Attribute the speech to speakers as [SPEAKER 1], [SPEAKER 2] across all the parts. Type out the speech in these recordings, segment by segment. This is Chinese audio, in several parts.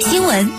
[SPEAKER 1] 新闻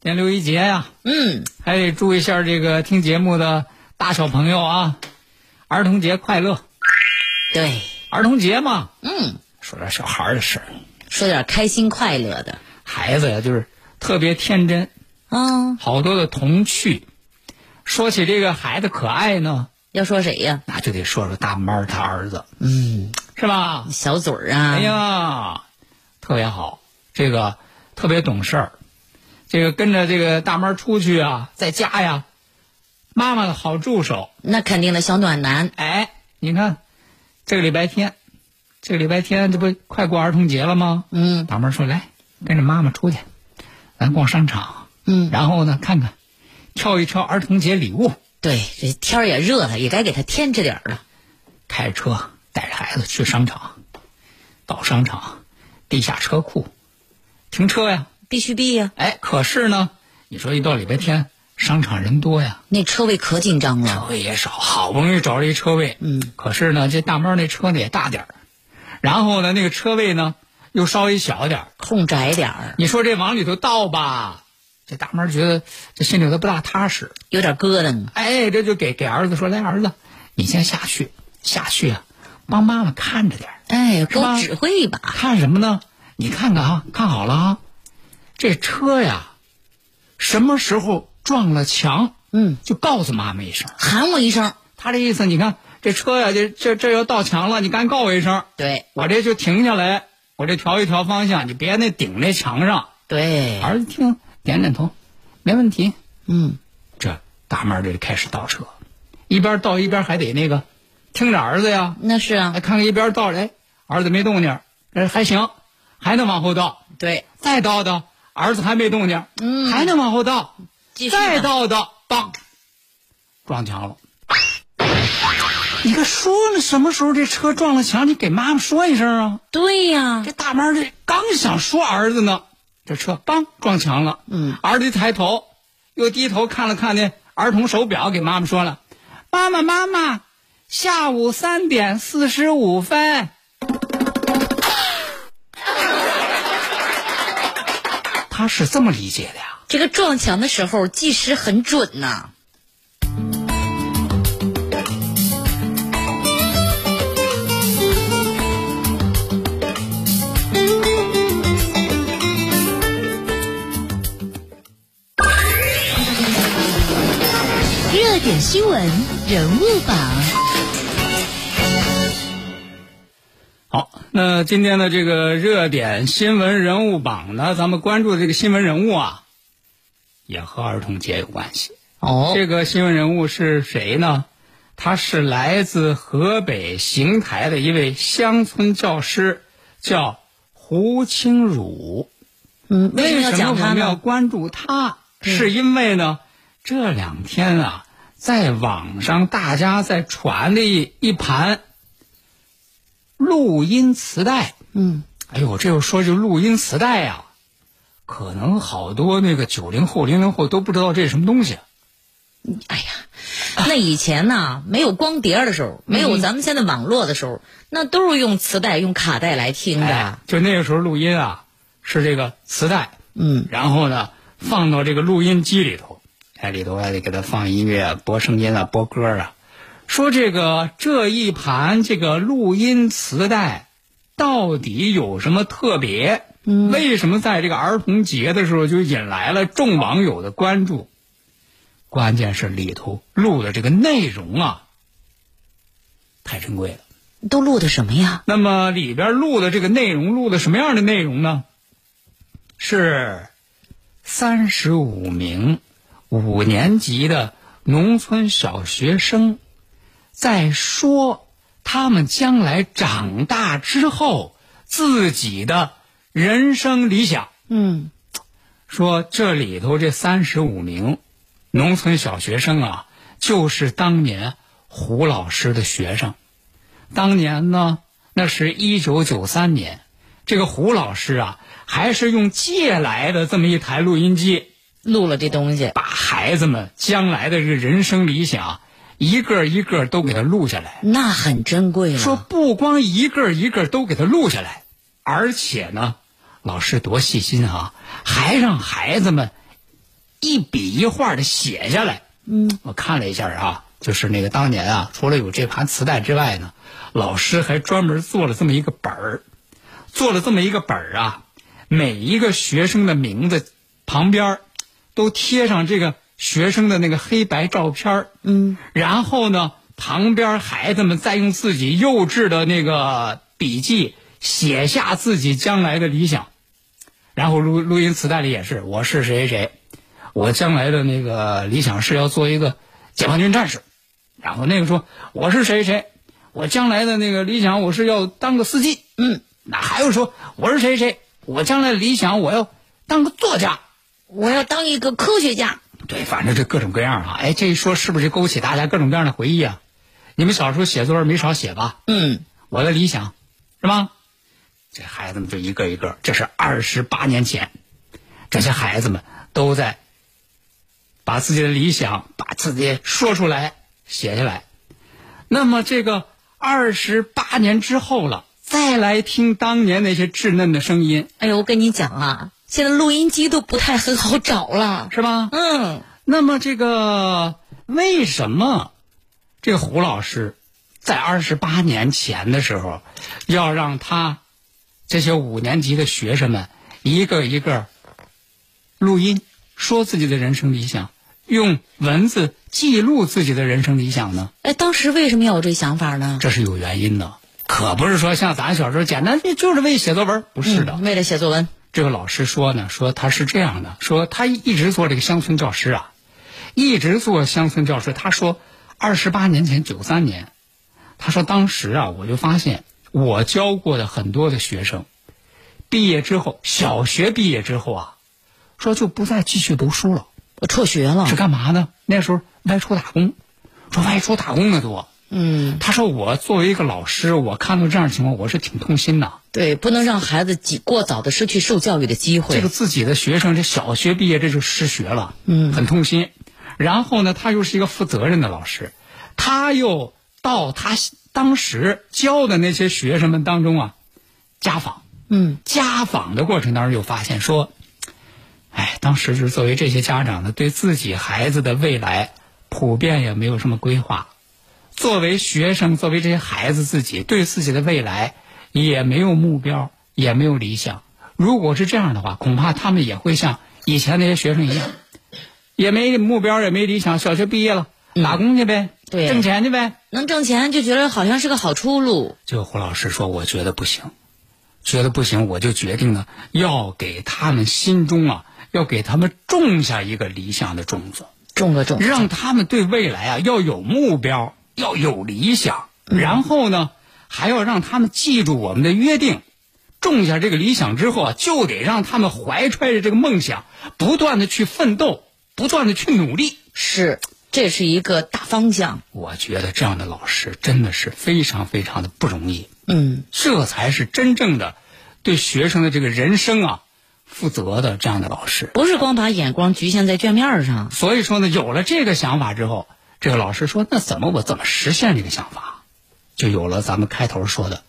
[SPEAKER 2] 今天六一节呀、
[SPEAKER 1] 嗯，
[SPEAKER 2] 还得祝一下这个听节目的大小朋友啊，儿童节快乐！
[SPEAKER 1] 对，
[SPEAKER 2] 儿童节嘛，
[SPEAKER 1] 嗯，
[SPEAKER 2] 说点小孩儿的事儿，
[SPEAKER 1] 说点开心快乐的。
[SPEAKER 2] 孩子呀，就是特别天真，
[SPEAKER 1] 啊、
[SPEAKER 2] 好多的童趣。说起这个孩子可爱呢，
[SPEAKER 1] 要说谁呀？
[SPEAKER 2] 那就得说说大猫儿他儿子，
[SPEAKER 1] 嗯，
[SPEAKER 2] 是吧？
[SPEAKER 1] 小嘴儿啊。
[SPEAKER 2] 哎呀，特别好，这个特别懂事儿，这个跟着这个大猫儿出去啊，在家呀，妈妈的好助手。
[SPEAKER 1] 那肯定的，小暖男。
[SPEAKER 2] 哎，你看，这个礼拜天，这个礼拜天，这不快过儿童节了吗？
[SPEAKER 1] 嗯
[SPEAKER 2] 大妹儿说：“来，跟着妈妈出去，咱逛商场，
[SPEAKER 1] 嗯，
[SPEAKER 2] 然后呢，看看，挑一挑儿童节礼物。
[SPEAKER 1] 对，这天儿也热了，也该给他添置点儿了。
[SPEAKER 2] 开着车带着孩子去商场，到商场地下车库停车呀。
[SPEAKER 1] 必须必呀、
[SPEAKER 2] 哎，可是呢，你说一到礼拜天，商场人多呀，
[SPEAKER 1] 那车位可紧张
[SPEAKER 2] 车
[SPEAKER 1] 了。
[SPEAKER 2] 位也少，好不容易找着一车位。
[SPEAKER 1] 嗯，
[SPEAKER 2] 可是呢，这大猫那车呢也大点儿，然后呢，那个车位呢又稍微小点儿。
[SPEAKER 1] 空窄点儿，
[SPEAKER 2] 你说这往里头倒吧，这大猫觉得这心里头不大踏实。
[SPEAKER 1] 有点咯噔。
[SPEAKER 2] 哎，这就给给儿子说：“来，儿子，你先下去，下去啊，帮妈妈看着点儿。
[SPEAKER 1] 哎，给
[SPEAKER 2] 吧
[SPEAKER 1] 我指挥一把。
[SPEAKER 2] 看什么呢？你看看啊，看好了啊，这车呀，什么时候撞了墙，
[SPEAKER 1] 嗯，
[SPEAKER 2] 就告诉妈妈一声。
[SPEAKER 1] 喊我一声。
[SPEAKER 2] 他这意思，你看这车呀，这这这要到墙了，你赶紧告我一声。”
[SPEAKER 1] 对
[SPEAKER 2] 我这就停下来，我这调一调方向，你别那顶那墙上。
[SPEAKER 1] 对，
[SPEAKER 2] 儿子听，点点头，没问题。
[SPEAKER 1] 嗯，
[SPEAKER 2] 这大妹儿这就开始倒车，一边倒一边还得那个听着儿子呀，
[SPEAKER 1] 那是啊
[SPEAKER 2] 哎，，看看一边倒着，哎，儿子没动静儿，哎，还行，还能往后倒，
[SPEAKER 1] 对，
[SPEAKER 2] 再倒倒，儿子还没动静儿，
[SPEAKER 1] 嗯
[SPEAKER 2] 还能往后倒，
[SPEAKER 1] 继续吧
[SPEAKER 2] 再倒倒，当，撞墙了。你看说了什么时候这车撞了墙？你给妈妈说一声啊。
[SPEAKER 1] 对呀、
[SPEAKER 2] 这大妈这刚想说儿子呢，这车梆撞墙了。
[SPEAKER 1] 嗯，
[SPEAKER 2] 儿子一抬头，又低头看了看那儿童手表，给妈妈说了：“妈妈，妈妈，下午三点四十五分。”他是这么理解的呀？
[SPEAKER 1] 这个撞墙的时候计时很准呐、
[SPEAKER 3] 热点新闻人物榜，
[SPEAKER 2] 好，那今天的这个热点新闻人物榜呢，咱们关注的这个新闻人物啊，也和儿童节有关系。
[SPEAKER 1] 哦，
[SPEAKER 2] 这个新闻人物是谁呢？他是来自河北邢台的一位乡村教师，叫胡清汝。
[SPEAKER 1] 嗯，为
[SPEAKER 2] 为
[SPEAKER 1] 什么
[SPEAKER 2] 什
[SPEAKER 1] 要
[SPEAKER 2] 么
[SPEAKER 1] 讲
[SPEAKER 2] 我
[SPEAKER 1] 他
[SPEAKER 2] 们要
[SPEAKER 1] 呢？
[SPEAKER 2] 关注他？是因为呢，这两天啊，在网上大家在传的一一盘录音磁带。
[SPEAKER 1] 嗯，
[SPEAKER 2] 哎呦，这又说这录音磁带呀、可能好多那个九零后、零零后都不知道这是什么东西。
[SPEAKER 1] 哎呀，那以前呐、没有光碟的时候，没有咱们现在网络的时候，那都是用磁带、用卡带来听的。啊
[SPEAKER 2] 哎，就那个时候录音啊，是这个磁带，
[SPEAKER 1] 嗯，
[SPEAKER 2] 然后呢放到这个录音机里头，哎，里头还得给它放音乐、播声音啊、播歌啊。说这个这一盘这个录音磁带到底有什么特别？为什么在这个儿童节的时候就引来了众网友的关注？关键是里头录的这个内容啊，太珍贵了。
[SPEAKER 1] 都录的什么呀？
[SPEAKER 2] 那么里边录的这个内容，录的什么样的内容呢？是三十五名五年级的农村小学生在说他们将来长大之后自己的人生理想。
[SPEAKER 1] 嗯，
[SPEAKER 2] 说这里头这三十五名农村小学生啊，就是当年胡老师的学生。当年呢，那是一九九三年，这个胡老师啊，还是用借来的这么一台录音机，
[SPEAKER 1] 录了这东西。
[SPEAKER 2] 把孩子们将来的这个人生理想，一个一个都给他录下来。
[SPEAKER 1] 那很珍贵了。
[SPEAKER 2] 说不光一个一个都给他录下来，而且呢，老师多细心啊，还让孩子们一笔一画的写下来。嗯，我看了一下啊，就是那个当年啊，除了有这盘磁带之外呢，老师还专门做了这么一个本儿，做了这么一个本儿啊，每一个学生的名字旁边儿都贴上这个学生的那个黑白照片嗯，然后呢，旁边孩子们再用自己幼稚的那个笔记写下自己将来的理想，然后录录音磁带里也是，我是谁谁谁，我将来的那个理想是要做一个解放军战士，然后那个说我是谁谁，我将来的那个理想我是要当个司机，嗯，那还有说我是谁谁，我将来的理想我要当个作家，
[SPEAKER 1] 我要当一个科学家。
[SPEAKER 2] 对，反正这各种各样啊，哎，这一说是不是就勾起大家各种各样的回忆啊？你们小时候写作文没少写吧？
[SPEAKER 1] 嗯，
[SPEAKER 2] 我的理想，是吧？这孩子们就一个一个，这是二十八年前，这些孩子们都在把自己的理想，把自己说出来，写下来。那么这个二十八年之后了，再来听当年那些稚嫩的声音，
[SPEAKER 1] 哎呦，我跟你讲啊，现在录音机都不太很好找了。
[SPEAKER 2] 是吧？
[SPEAKER 1] 嗯，
[SPEAKER 2] 那么这个为什么这个胡老师在二十八年前的时候，要让他这些五年级的学生们一个一个录音说自己的人生理想，用文字记录自己的人生理想呢？
[SPEAKER 1] 哎，当时为什么要有这想法呢？
[SPEAKER 2] 这是有原因的，可不是说像咱小时候简单，就是为写作文，不是的。
[SPEAKER 1] 嗯为了写作文。
[SPEAKER 2] 这个老师说呢，说他是这样的，说他一直做这个乡村教师啊，一直做乡村教师。他说，二十八年前，九三年，他说当时啊，我就发现我教过的很多的学生，毕业之后，小学毕业之后啊，说就不再继续读书了，
[SPEAKER 1] 我辍学了
[SPEAKER 2] 是。干嘛呢？那时候外出打工，说外出打工的多。
[SPEAKER 1] 嗯，
[SPEAKER 2] 他说我作为一个老师，我看到这样的情况，我是挺痛心的。
[SPEAKER 1] 对，不能让孩子几过早的失去受教育的机会。
[SPEAKER 2] 这个自己的学生，这小学毕业这就失学了，嗯，很痛心。然后呢，他又是一个负责任的老师，他又到他当时教的那些学生们当中啊，家访，
[SPEAKER 1] 嗯，
[SPEAKER 2] 家访的过程当中就发现说，哎，当时就是作为这些家长呢，对自己孩子的未来普遍也没有什么规划，作为学生，作为这些孩子自己，对自己的未来也没有目标，也没有理想。如果是这样的话，恐怕他们也会像以前那些学生一样，也没目标，也没理想。小学毕业了，打工去呗，
[SPEAKER 1] 对
[SPEAKER 2] 挣钱去呗。
[SPEAKER 1] 能挣钱就觉得好像是个好出路。
[SPEAKER 2] 这个胡老师说：“我觉得不行，觉得不行，我就决定呢，要给他们心中啊，要给他们种下一个理想的种子。”
[SPEAKER 1] 种个种，
[SPEAKER 2] 让他们对未来啊要有目标，要有理想，然后呢，还要让他们记住我们的约定。种下这个理想之后啊，就得让他们怀揣着这个梦想，不断的去奋斗，不断的去努力。
[SPEAKER 1] 是，这是一个大方向。
[SPEAKER 2] 我觉得这样的老师真的是非常非常的不容易，
[SPEAKER 1] 嗯，
[SPEAKER 2] 这才是真正的对学生的这个人生啊负责的这样的老师。
[SPEAKER 1] 不是光把眼光局限在卷面上。
[SPEAKER 2] 所以说呢，有了这个想法之后，这个老师说：“那怎么我怎么实现这个想法？”就有了咱们开头说的，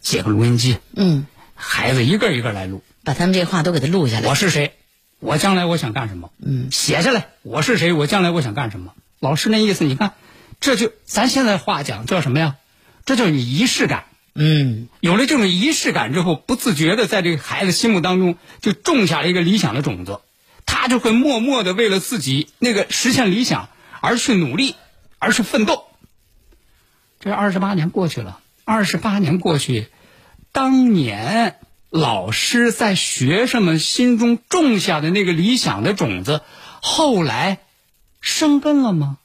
[SPEAKER 2] 借个录音机，
[SPEAKER 1] 嗯，
[SPEAKER 2] 孩子一个一个来录。
[SPEAKER 1] 把他们这话都给他录下来。
[SPEAKER 2] 我是谁？我将来我想干什么？嗯，写下来。我是谁？我将来我想干什么？老师那意思，你看，这就咱现在话讲叫什么呀？这就是仪式感。
[SPEAKER 1] 嗯，
[SPEAKER 2] 有了这种仪式感之后，不自觉的在这个孩子心目当中就种下了一个理想的种子，他就会默默的为了自己那个实现理想而去努力，而去奋斗。这二十八年过去了，二十八年过去，当年老师在学生们心中种下的那个理想的种子，后来生根了吗？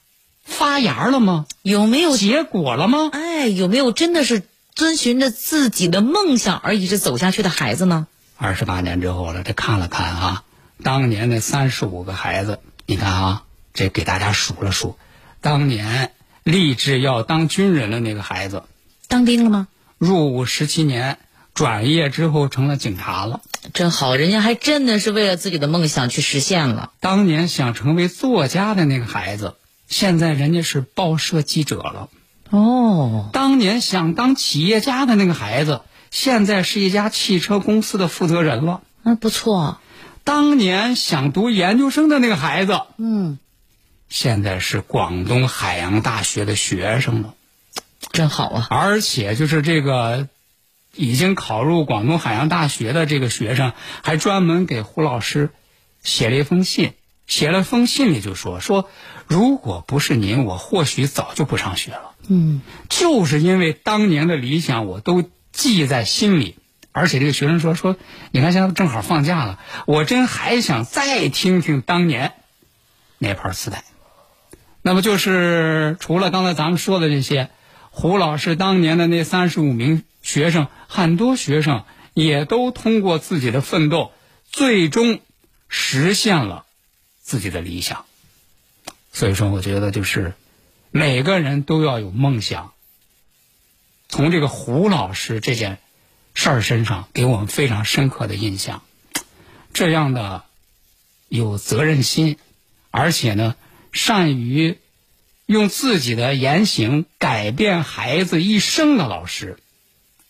[SPEAKER 2] 发芽了吗？
[SPEAKER 1] 有没有？
[SPEAKER 2] 结果了吗？
[SPEAKER 1] 哎，有没有真的是遵循着自己的梦想而一直走下去的孩子呢？
[SPEAKER 2] 二十八年之后了，这看了看啊，当年那三十五个孩子，你看啊，这给大家数了数，当年立志要当军人的那个孩子，
[SPEAKER 1] 当兵了吗？
[SPEAKER 2] 入伍十七年，转业之后成了警察了。
[SPEAKER 1] 真好，人家还真的是为了自己的梦想去实现了。
[SPEAKER 2] 当年想成为作家的那个孩子，现在人家是报社记者了。
[SPEAKER 1] 哦，
[SPEAKER 2] 当年想当企业家的那个孩子，现在是一家汽车公司的负责人了。
[SPEAKER 1] 那不错。
[SPEAKER 2] 当年想读研究生的那个孩子，
[SPEAKER 1] 嗯，
[SPEAKER 2] 现在是广东海洋大学的学生了，
[SPEAKER 1] 真好啊。
[SPEAKER 2] 而且就是这个已经考入广东海洋大学的这个学生，还专门给胡老师写了一封信。写了封信里就说说，如果不是您，我或许早就不上学了。
[SPEAKER 1] 嗯，
[SPEAKER 2] 就是因为当年的理想，我都记在心里。而且这个学生说说，你看现在正好放假了，我真还想再听听当年那盘磁带。那么就是除了刚才咱们说的这些，胡老师当年的那三十五名学生，很多学生也都通过自己的奋斗，最终实现了自己的理想。所以说，我觉得就是每个人都要有梦想。从这个胡老师这件事儿身上，给我们非常深刻的印象。这样的有责任心，而且呢，善于用自己的言行改变孩子一生的老师，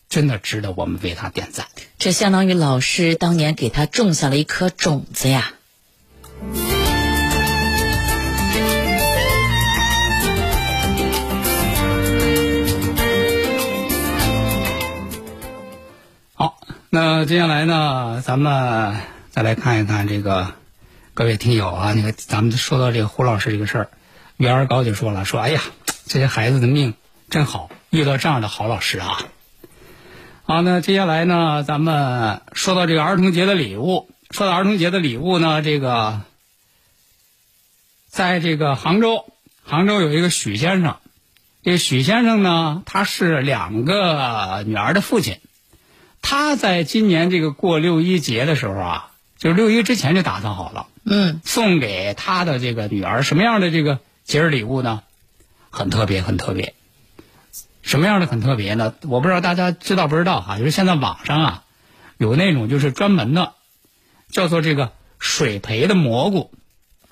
[SPEAKER 2] 真的值得我们为他点赞。
[SPEAKER 1] 这相当于老师当年给他种下了一颗种子呀。
[SPEAKER 2] 好，那接下来呢，咱们再来看一看这个各位听友啊，你看咱们说到这个胡老师这个事儿，袁二高就说了，说哎呀，这些孩子的命真好，遇到这样的好老师啊。 好，那接下来呢，咱们说到这个儿童节的礼物，说到儿童节的礼物呢，这个在这个杭州，杭州有一个许先生，这个许先生呢，他是两个女儿的父亲。他在今年这个过六一节的时候啊，就是六一之前就打算好了，
[SPEAKER 1] 嗯，
[SPEAKER 2] 送给他的这个女儿什么样的这个节日礼物呢？很特别，很特别。什么样的很特别呢？我不知道大家知道不知道哈、就是现在网上啊，有那种就是专门的，叫做这个水培的蘑菇，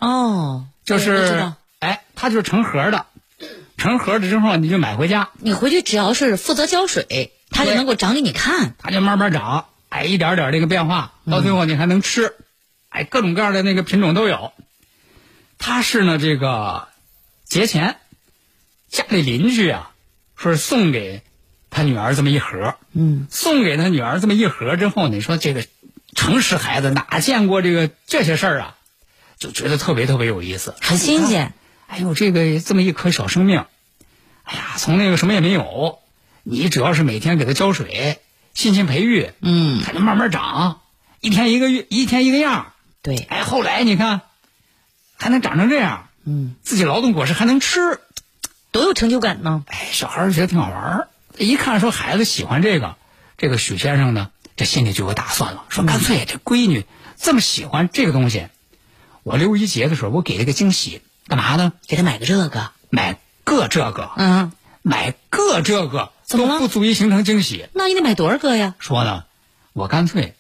[SPEAKER 1] 哦，
[SPEAKER 2] 就
[SPEAKER 1] 我知
[SPEAKER 2] 是
[SPEAKER 1] 道
[SPEAKER 2] 哎，它就是成盒的，成盒的之后你就买回家，
[SPEAKER 1] 你回去只要是负责浇水，他就
[SPEAKER 2] 对
[SPEAKER 1] 能够长给你看。
[SPEAKER 2] 它就慢慢长，哎，一点点这个变化，到最后你还能吃，哎，各种各样的那个品种都有。他是呢，这个节前家里邻居啊，说是送给他女儿这么一盒，
[SPEAKER 1] 嗯，
[SPEAKER 2] 送给他女儿这么一盒之后，你说这个城市孩子哪见过这个这些事儿啊？就觉得特别特别有意思，
[SPEAKER 1] 很新鲜。
[SPEAKER 2] 哎呦，这个这么一颗小生命，哎呀，从那个什么也没有，你只要是每天给它浇水、辛勤培育，
[SPEAKER 1] 嗯，
[SPEAKER 2] 它就慢慢长，一天一个月，一天一个样儿。
[SPEAKER 1] 对，
[SPEAKER 2] 哎，后来你看，还能长成这样，
[SPEAKER 1] 嗯，
[SPEAKER 2] 自己劳动果实还能吃，
[SPEAKER 1] 多有成就感呢。
[SPEAKER 2] 哎，小孩儿觉得挺好玩儿。一看说孩子喜欢这个，这个许先生呢，这心里就有打算了，
[SPEAKER 1] 嗯
[SPEAKER 2] 说干脆这闺女这么喜欢这个东西，我六一节的时候我给她个惊喜，干嘛呢？
[SPEAKER 1] 给他买个这个，
[SPEAKER 2] 买个这个，
[SPEAKER 1] 嗯，
[SPEAKER 2] 买个这个
[SPEAKER 1] 怎么
[SPEAKER 2] 都
[SPEAKER 1] 了
[SPEAKER 2] 不足以形成惊喜。
[SPEAKER 1] 那你得买多少个呀？
[SPEAKER 2] 说呢，我干脆，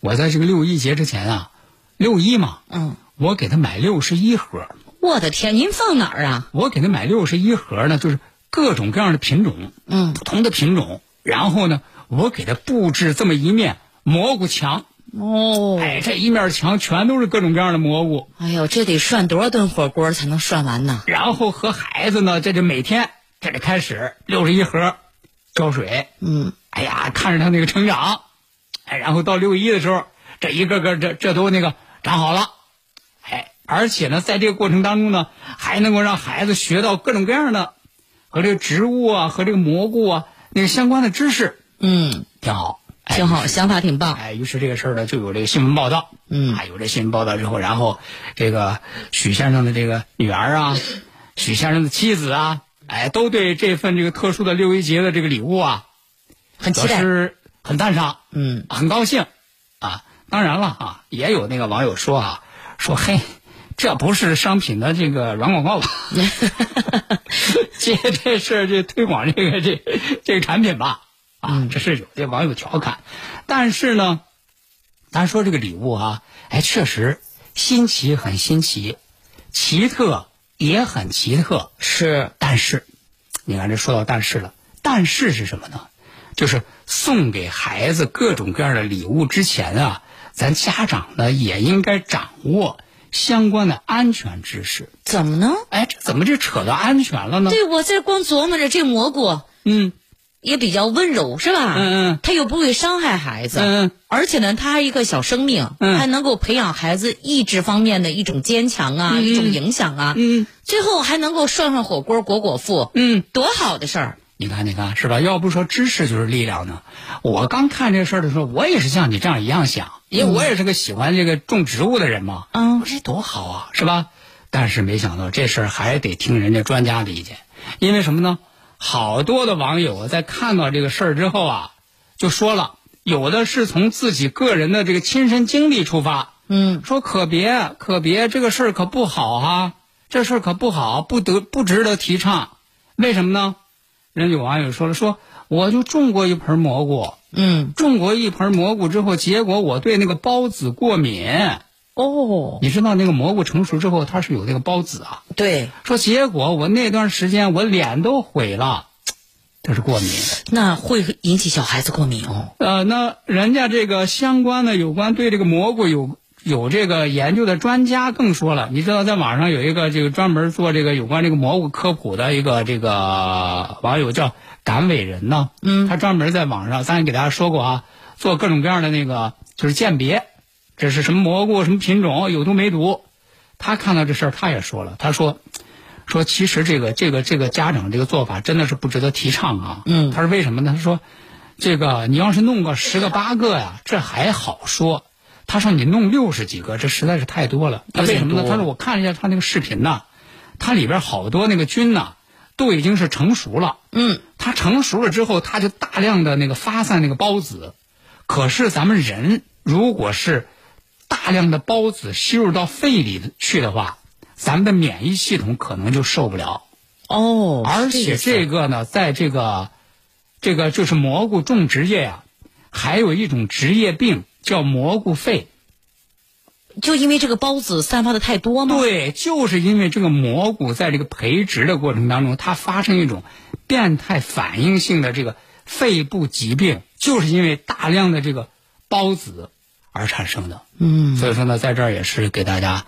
[SPEAKER 2] 我在这个六一节之前啊，六一嘛，
[SPEAKER 1] 嗯，
[SPEAKER 2] 我给他买六十一盒，
[SPEAKER 1] 我的天，您放哪儿啊？
[SPEAKER 2] 我给他买六十一盒呢，就是各种各样的品种，
[SPEAKER 1] 嗯
[SPEAKER 2] 不同的品种。然后呢，我给他布置这么一面蘑菇墙，
[SPEAKER 1] 哦，
[SPEAKER 2] 哎，这一面墙全都是各种各样的蘑菇。
[SPEAKER 1] 哎呦，这得涮多少顿火锅才能涮完呢？
[SPEAKER 2] 然后和孩子呢，这就每天这就开始六十一盒，浇水，嗯，哎呀，看着它那个成长，哎，然后到六一的时候，这一个个这这都那个长好了，哎，而且呢，在这个过程当中呢，还能够让孩子学到各种各样的和这个植物啊和这个蘑菇啊那个相关的知识，
[SPEAKER 1] 嗯，
[SPEAKER 2] 挺好，哎
[SPEAKER 1] 挺好，想法挺棒。
[SPEAKER 2] 哎，于是这个事儿呢，就有这个新闻报道。
[SPEAKER 1] 嗯
[SPEAKER 2] 啊，有这新闻报道之后，然后这个许先生的这个女儿啊，许先生的妻子啊，哎，都对这份这个特殊的六一节的这个礼物啊，
[SPEAKER 1] 很
[SPEAKER 2] 表
[SPEAKER 1] 期待。
[SPEAKER 2] 示很赞赏，
[SPEAKER 1] 嗯，
[SPEAKER 2] 很高兴啊。当然了啊，也有那个网友说啊，说嘿，这不是商品的这个软广告吧？这这是这推广这个这这个产品吧？啊，这是有些网友调侃，但是呢，咱说这个礼物啊，哎，确实新奇很新奇，奇特也很奇特，
[SPEAKER 1] 是
[SPEAKER 2] 但是，你看这说到但是了，但是是什么呢？就是送给孩子各种各样的礼物之前啊，咱家长呢也应该掌握相关的安全知识。
[SPEAKER 1] 怎么呢？
[SPEAKER 2] 哎，这怎么就扯到安全了呢？
[SPEAKER 1] 对，我在光琢磨着这蘑菇
[SPEAKER 2] 嗯
[SPEAKER 1] 也比较温柔，是吧？
[SPEAKER 2] 嗯嗯
[SPEAKER 1] 它又不会伤害孩子，
[SPEAKER 2] 嗯嗯
[SPEAKER 1] 而且呢，它还一个小生命，
[SPEAKER 2] 嗯
[SPEAKER 1] 还能够培养孩子意志方面的一种坚强
[SPEAKER 3] 嗯
[SPEAKER 1] 啊，一种影响啊。
[SPEAKER 2] 嗯
[SPEAKER 1] 最后还能够涮涮火锅果果腹，
[SPEAKER 2] 嗯，
[SPEAKER 1] 多好的事儿！
[SPEAKER 2] 你看你看是吧？要不说知识就是力量呢。我刚看这事儿的时候，我也是像你这样一样想，因为我也是个喜欢这个种植物的人嘛。
[SPEAKER 1] 嗯
[SPEAKER 2] 我说这多好啊，是吧？但是没想到这事儿还得听人家专家的意见，因为什么呢？好多的网友在看到这个事儿之后啊，就说了，有的是从自己个人的这个亲身经历出发，
[SPEAKER 1] 嗯，
[SPEAKER 2] 说可别可别，这个事儿可不好哈、这事儿可不好，不得不值得提倡。为什么呢？人有网友说了，说我就种过一盆蘑菇，
[SPEAKER 1] 嗯，
[SPEAKER 2] 种过一盆蘑菇之后，结果我对那个孢子过敏。
[SPEAKER 1] 哦，
[SPEAKER 2] 你知道那个蘑菇成熟之后，它是有那个孢子啊。
[SPEAKER 1] 对，
[SPEAKER 2] 说结果我那段时间我脸都毁了，这是过敏。
[SPEAKER 1] 那会引起小孩子过敏哦。
[SPEAKER 2] 呃，那人家这个相关的有关对这个蘑菇有有这个研究的专家更说了，你知道在网上有一个这个专门做这个有关这个蘑菇科普的一个这个网友叫赶伟人呢，嗯，他专门在网上，咱也给大家说过啊，做各种各样的那个就是鉴别，这是什么蘑菇什么品种有毒没毒，他看到这事儿他也说了，他说。说其实这个这个这个家长这个做法真的是不值得提倡啊。
[SPEAKER 1] 嗯
[SPEAKER 2] 他说为什么呢？他说，这个你要是弄个十个八个呀，这还好说。他说你弄六十几个，这实在是太多了。他
[SPEAKER 1] 有
[SPEAKER 2] 为
[SPEAKER 1] 点
[SPEAKER 2] 什么呢？
[SPEAKER 1] 多
[SPEAKER 2] 他说我看了一下他那个视频呐，它里边好多那个菌呐，都已经是成熟了。
[SPEAKER 1] 嗯，
[SPEAKER 2] 它成熟了之后，它就大量的那个发散那个孢子。可是咱们人如果是大量的孢子吸入到肺里去的话，咱们的免疫系统可能就受不了。
[SPEAKER 1] 哦，
[SPEAKER 2] 而
[SPEAKER 1] 是
[SPEAKER 2] 且
[SPEAKER 1] 意思
[SPEAKER 2] 这个呢，在这个这个就是蘑菇种植业呀、还有一种职业病叫蘑菇肺。
[SPEAKER 1] 就因为这个孢子散发的太多吗？
[SPEAKER 2] 对，就是因为这个蘑菇在这个培植的过程当中，它发生一种变态反应性的这个肺部疾病，就是因为大量的这个孢子而产生的。嗯，所以说呢，在这儿也是给大家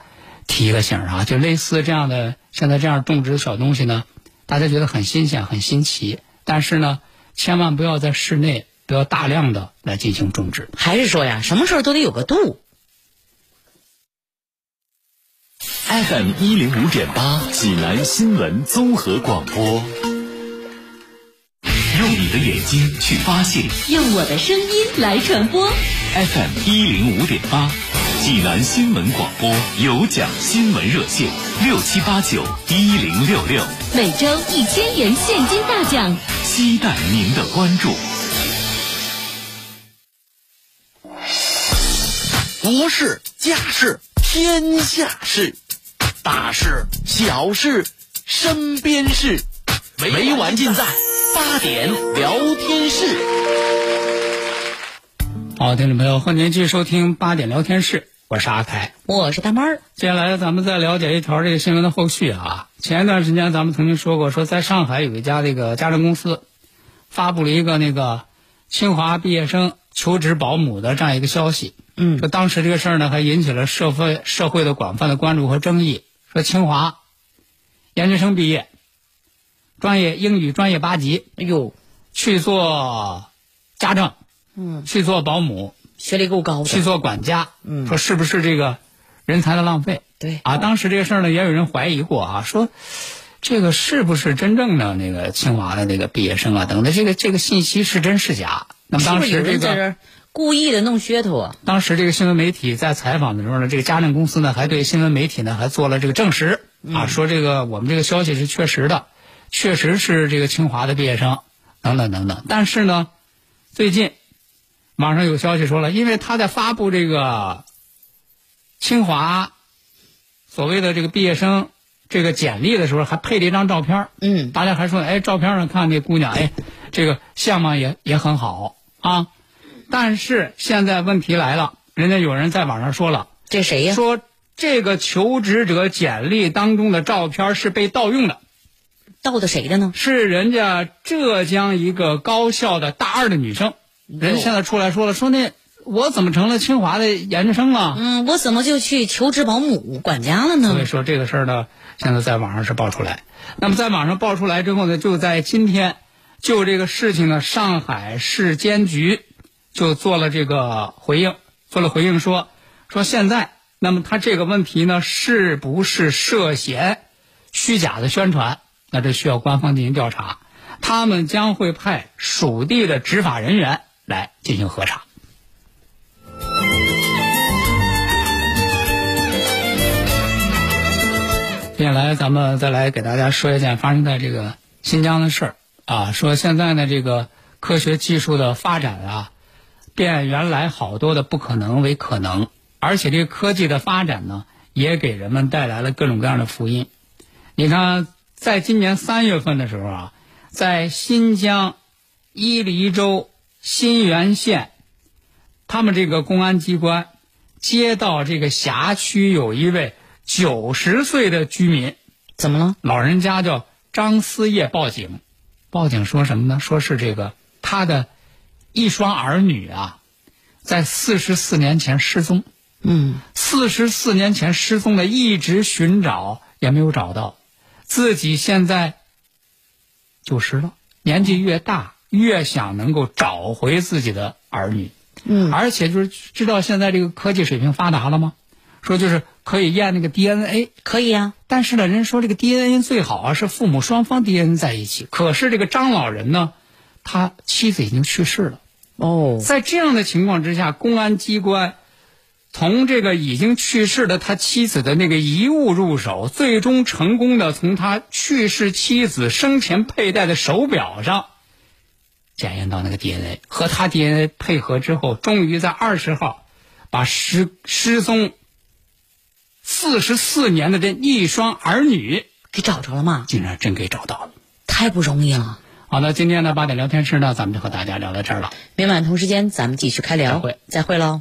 [SPEAKER 2] 提一个醒儿啊，就类似这样的现在这样种植的小东西呢，大家觉得很新鲜、很新奇，但是呢，千万不要在室内不要大量的来进行种植。
[SPEAKER 1] 还是说呀，什么事儿都得有个度。
[SPEAKER 4] FM 一零五点八，济南新闻综合广播。用你的眼睛去发现
[SPEAKER 3] 用我的声音来传播。
[SPEAKER 4] FM 一零五点八，济南新闻广播有奖新闻热线六七八九一零六六，
[SPEAKER 3] 每周一千元现金大奖，
[SPEAKER 4] 期待您的关注。
[SPEAKER 5] 国事、家事、天下事，大事、小事、身边事，每晚尽在八点聊天室。
[SPEAKER 2] 好，听众朋友，欢迎您继续收听八点聊天室，我是阿凯。
[SPEAKER 1] 我是大妈儿，
[SPEAKER 2] 接下来咱们再了解一条这个新闻的后续啊。前一段时间咱们曾经说过，说在上海有一家这个家政公司，发布了一个那个清华毕业生求职保姆的这样一个消息。
[SPEAKER 1] 嗯
[SPEAKER 2] 说当时这个事儿呢，还引起了社会社会的广泛的关注和争议。说清华研究生毕业，专业英语专业八级，
[SPEAKER 1] 哎呦，
[SPEAKER 2] 去做家政，嗯，去做保姆，
[SPEAKER 1] 学历够高
[SPEAKER 2] 去
[SPEAKER 1] 的，
[SPEAKER 2] 做管家，嗯，说是不是这个人才的浪费？
[SPEAKER 1] 对
[SPEAKER 2] 啊，当时这个事儿呢，也有人怀疑过啊，说这个是不是真正的那个清华的那个毕业生啊等等，这个这个信息是真是假？那么
[SPEAKER 1] 是
[SPEAKER 2] 当
[SPEAKER 1] 不是有
[SPEAKER 2] 时这
[SPEAKER 1] 人在这
[SPEAKER 2] 个
[SPEAKER 1] 儿故意的弄噱头啊？
[SPEAKER 2] 当时这个新闻媒体在采访的时候呢，这个家政公司呢还对新闻媒体呢还做了这个证实啊，说这个我们这个消息是确实的，确实是这个清华的毕业生等等等等。但是呢，最近网上有消息说了，因为他在发布这个清华所谓的这个毕业生这个简历的时候，还配了一张照片儿
[SPEAKER 1] 嗯
[SPEAKER 2] 大家还说，哎，照片上看那姑娘，哎，这个相貌也也很好啊。但是现在问题来了，人家有人在网上说了，
[SPEAKER 1] 这谁呀、
[SPEAKER 2] 说这个求职者简历当中的照片是被盗用的，
[SPEAKER 1] 盗的谁的呢？
[SPEAKER 2] 是人家浙江一个高校的大二的女生，人家现在出来说了，说那我怎么成了清华的研究生了？
[SPEAKER 1] 嗯，我怎么就去求职保姆、管家
[SPEAKER 2] 所
[SPEAKER 1] 了
[SPEAKER 2] 以
[SPEAKER 1] 呢？
[SPEAKER 2] 说这个事儿呢，现在在网上是爆出来。那么在网上爆出来之后呢，就在今天，就这个事情呢，上海市监局就做了这个回应，做了回应说说现在，那么他这个问题呢，是不是涉嫌虚假的宣传？那这需要官方进行调查，他们将会派属地的执法人员来进行核查。接下来咱们再来给大家说一件发生在这个新疆的事儿啊，说现在呢这个科学技术的发展啊，变原来好多的不可能为可能，而且这个科技的发展呢，也给人们带来了各种各样的福音。你看，在今年三月份的时候啊，在新疆伊犁州新源县，他们这个公安机关接到这个辖区有一位九十岁的居民，
[SPEAKER 1] 怎么了？
[SPEAKER 2] 老人家叫张思业报警，报警说什么呢？说是这个他的一双儿女啊，在四十四年前失踪，
[SPEAKER 1] 嗯，
[SPEAKER 2] 四十四年前失踪的，一直寻找也没有找到，自己现在九十了，年纪越大越想能够找回自己的儿女。嗯，而且就是知道现在这个科技水平发达了吗？说就是可以验那个 DNA，
[SPEAKER 1] 可以啊呀、
[SPEAKER 2] 但是呢，人说这个 DNA 最好啊是父母双方 DNA 在一起。可是这个张老人呢，他妻子已经去世了。
[SPEAKER 1] 哦，
[SPEAKER 2] 在这样的情况之下，公安机关从这个已经去世的他妻子的那个遗物入手，最终成功的从他去世妻子生前佩戴的手表上检验到那个 DNA，和他 DNA 配合之后，终于在二十号把失失踪四十四年的这一双儿女，
[SPEAKER 1] 给找着了吗？
[SPEAKER 2] 竟然真给找到了。
[SPEAKER 1] 太不容易了。
[SPEAKER 2] 好的，今天的八点聊天室呢，咱们就和大家聊到这儿了。
[SPEAKER 1] 明晚同时间咱们继续开聊，
[SPEAKER 2] 再会，
[SPEAKER 1] 再会喽。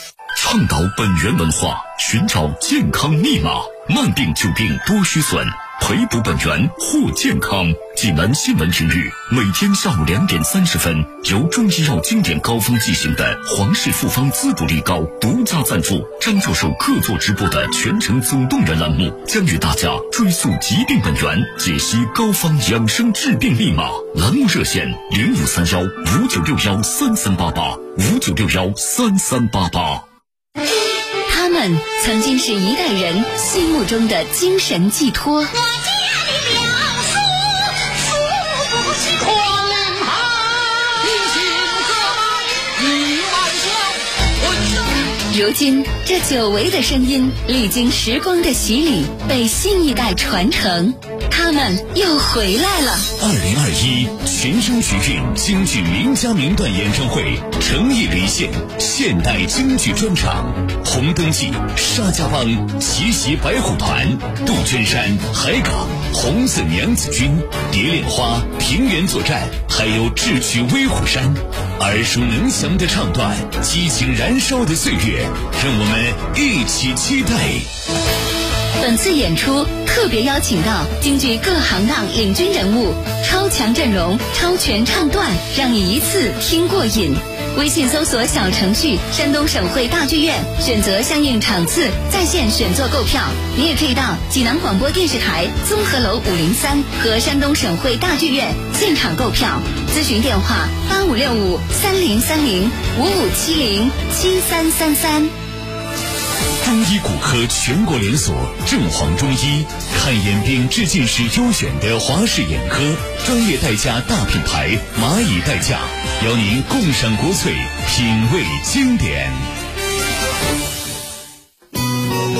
[SPEAKER 6] 倡导本源文化，寻找健康密码。慢病久病多虚损，培补本源获健康。济南新闻频率每天下午两点三十分，由中医药经典膏方进行的皇氏复方滋补力膏独家赞助，张教授客座直播的全程总动员栏目，将与大家追溯疾病本源，解析膏方养生治病密码。栏目热线零五三幺五九六幺三三八八五九六幺三三八八。
[SPEAKER 3] 他们曾经是一代人心目中的精神寄托。如今，这久违的声音历经时光的洗礼，被新一代传承。它客们又回来了。
[SPEAKER 4] 二零二一全声曲韵京剧名家名段演唱会诚意离现现代京剧专场，红灯记、沙家浜、奇袭白虎团、杜鹃山、海港、红子娘子军、蝶恋花、平原作战，还有智取威虎山，耳熟能详的唱段，激情燃烧的岁月，让我们一起期待。
[SPEAKER 3] 本次演出特别邀请到京剧各行当领军人物，超强阵容，超全唱段，让你一次听过瘾。微信搜索小程序“山东省会大剧院”，选择相应场次，在线选座购票。你也可以到济南广播电视台综合楼五零三和山东省会大剧院现场购票。咨询电话：八五六五三零三零五五七零七三三三。
[SPEAKER 4] 中医骨科全国连锁正黄中医，看眼病治近视优选的华氏眼科，专业代驾大品牌蚂蚁代驾，邀您共赏国粹，品味经典。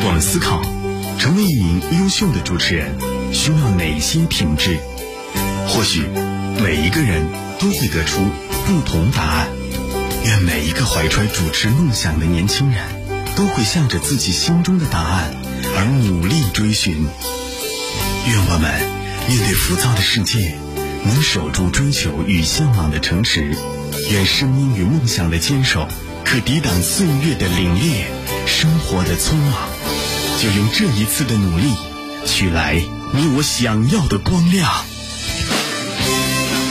[SPEAKER 6] 我们思考，成为一名优秀的主持人需要哪些品质？或许每一个人都会得出不同答案。愿每一个怀揣主持梦想的年轻人，都会向着自己心中的答案而努力追寻。愿我们面对浮躁的世界，能守住追求与向往的城池；愿声音与梦想的坚守，可抵挡岁月的凛冽，生活的匆忙。就用这一次的努力，取来你我想要的光亮。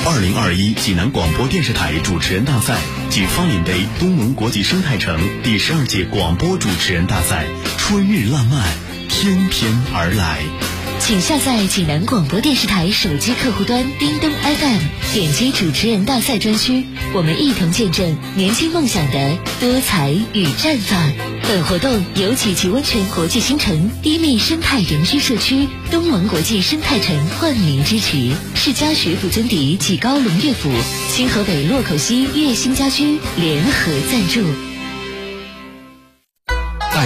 [SPEAKER 6] 二零二一济南广播电视台主持人大赛暨方领杯东盟国际生态城第十二届广播主持人大赛春日烂漫翩翩而来。
[SPEAKER 3] 请下载济南广播电视台手机客户端叮咚 FM，点击主持人大赛专区，我们一同见证年轻梦想的多彩与绽放。本活动由济济温泉国际新城低密生态园居社区东盟国际生态城冠名支持，世家学府尊邸济高龙乐府、新河北洛口西悦新家居联合赞助。
[SPEAKER 6] 大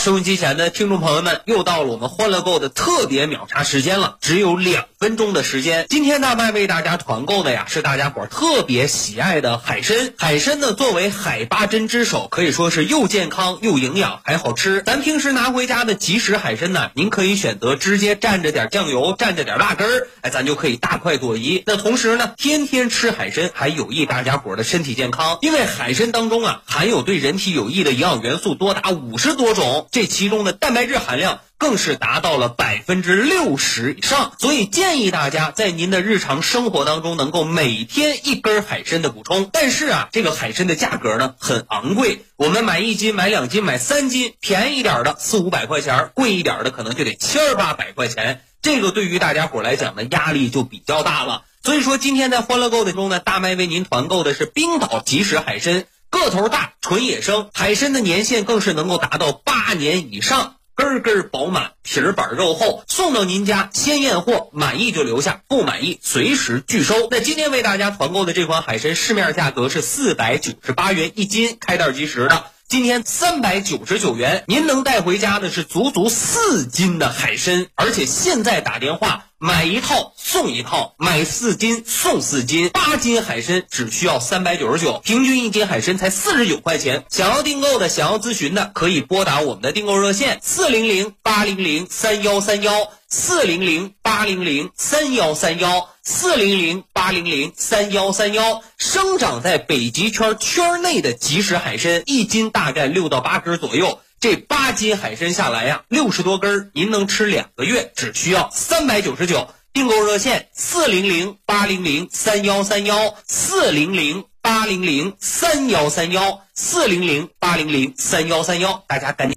[SPEAKER 7] 收音机前的听众朋友们，又到了我们欢乐购的特别秒杀时间了，只有两分钟的时间。今天大麦为大家团购的呀，是大家伙儿特别喜爱的海参。海参呢，作为海八珍之首，可以说是又健康又营养，还好吃。咱平时拿回家的即食海参呢，您可以选择直接蘸着点酱油，蘸着点辣根儿，哎，咱就可以大快朵颐。那同时呢，天天吃海参还有益大家伙儿的身体健康，因为海参当中啊含有对人体有益的营养元素多达五十多种。这其中的蛋白质含量更是达到了百分之六十以上，所以建议大家在您的日常生活当中能够每天一根海参的补充。但是啊，这个海参的价格呢很昂贵，我们买一斤、买两斤、买三斤，便宜一点的四五百块钱，贵一点的可能就得千八百块钱。这个对于大家伙来讲呢，压力就比较大了。所以说，今天在欢乐购的中呢，大麦为您团购的是冰岛即食海参。个头大，纯野生，海参的年限更是能够达到八年以上，根根饱满，皮儿板肉厚，送到您家鲜验货，满意就留下，不满意随时拒收。那今天为大家团购的这款海参，市面价格是四百九十八元一斤，开袋即食的。今天三百九十九元，您能带回家的是足足四斤的海参，而且现在打电话买一套送一套，买四斤送四斤，八斤海参只需要三百九十九，平均一斤海参才四十九块钱。想要订购的，想要咨询的，可以拨打我们的订购热线四零零八零零三幺三幺四零零八零零三幺三幺。四零零八零零三幺三幺，生长在北极圈圈内的即食海参，一斤大概六到八根左右。这八斤海参下来呀、六十多根儿，您能吃两个月，只需要三百九十九。订购热线：四零零八零零三幺三幺，四零零八零零三幺三幺，四零零八零零三幺三幺。大家赶紧。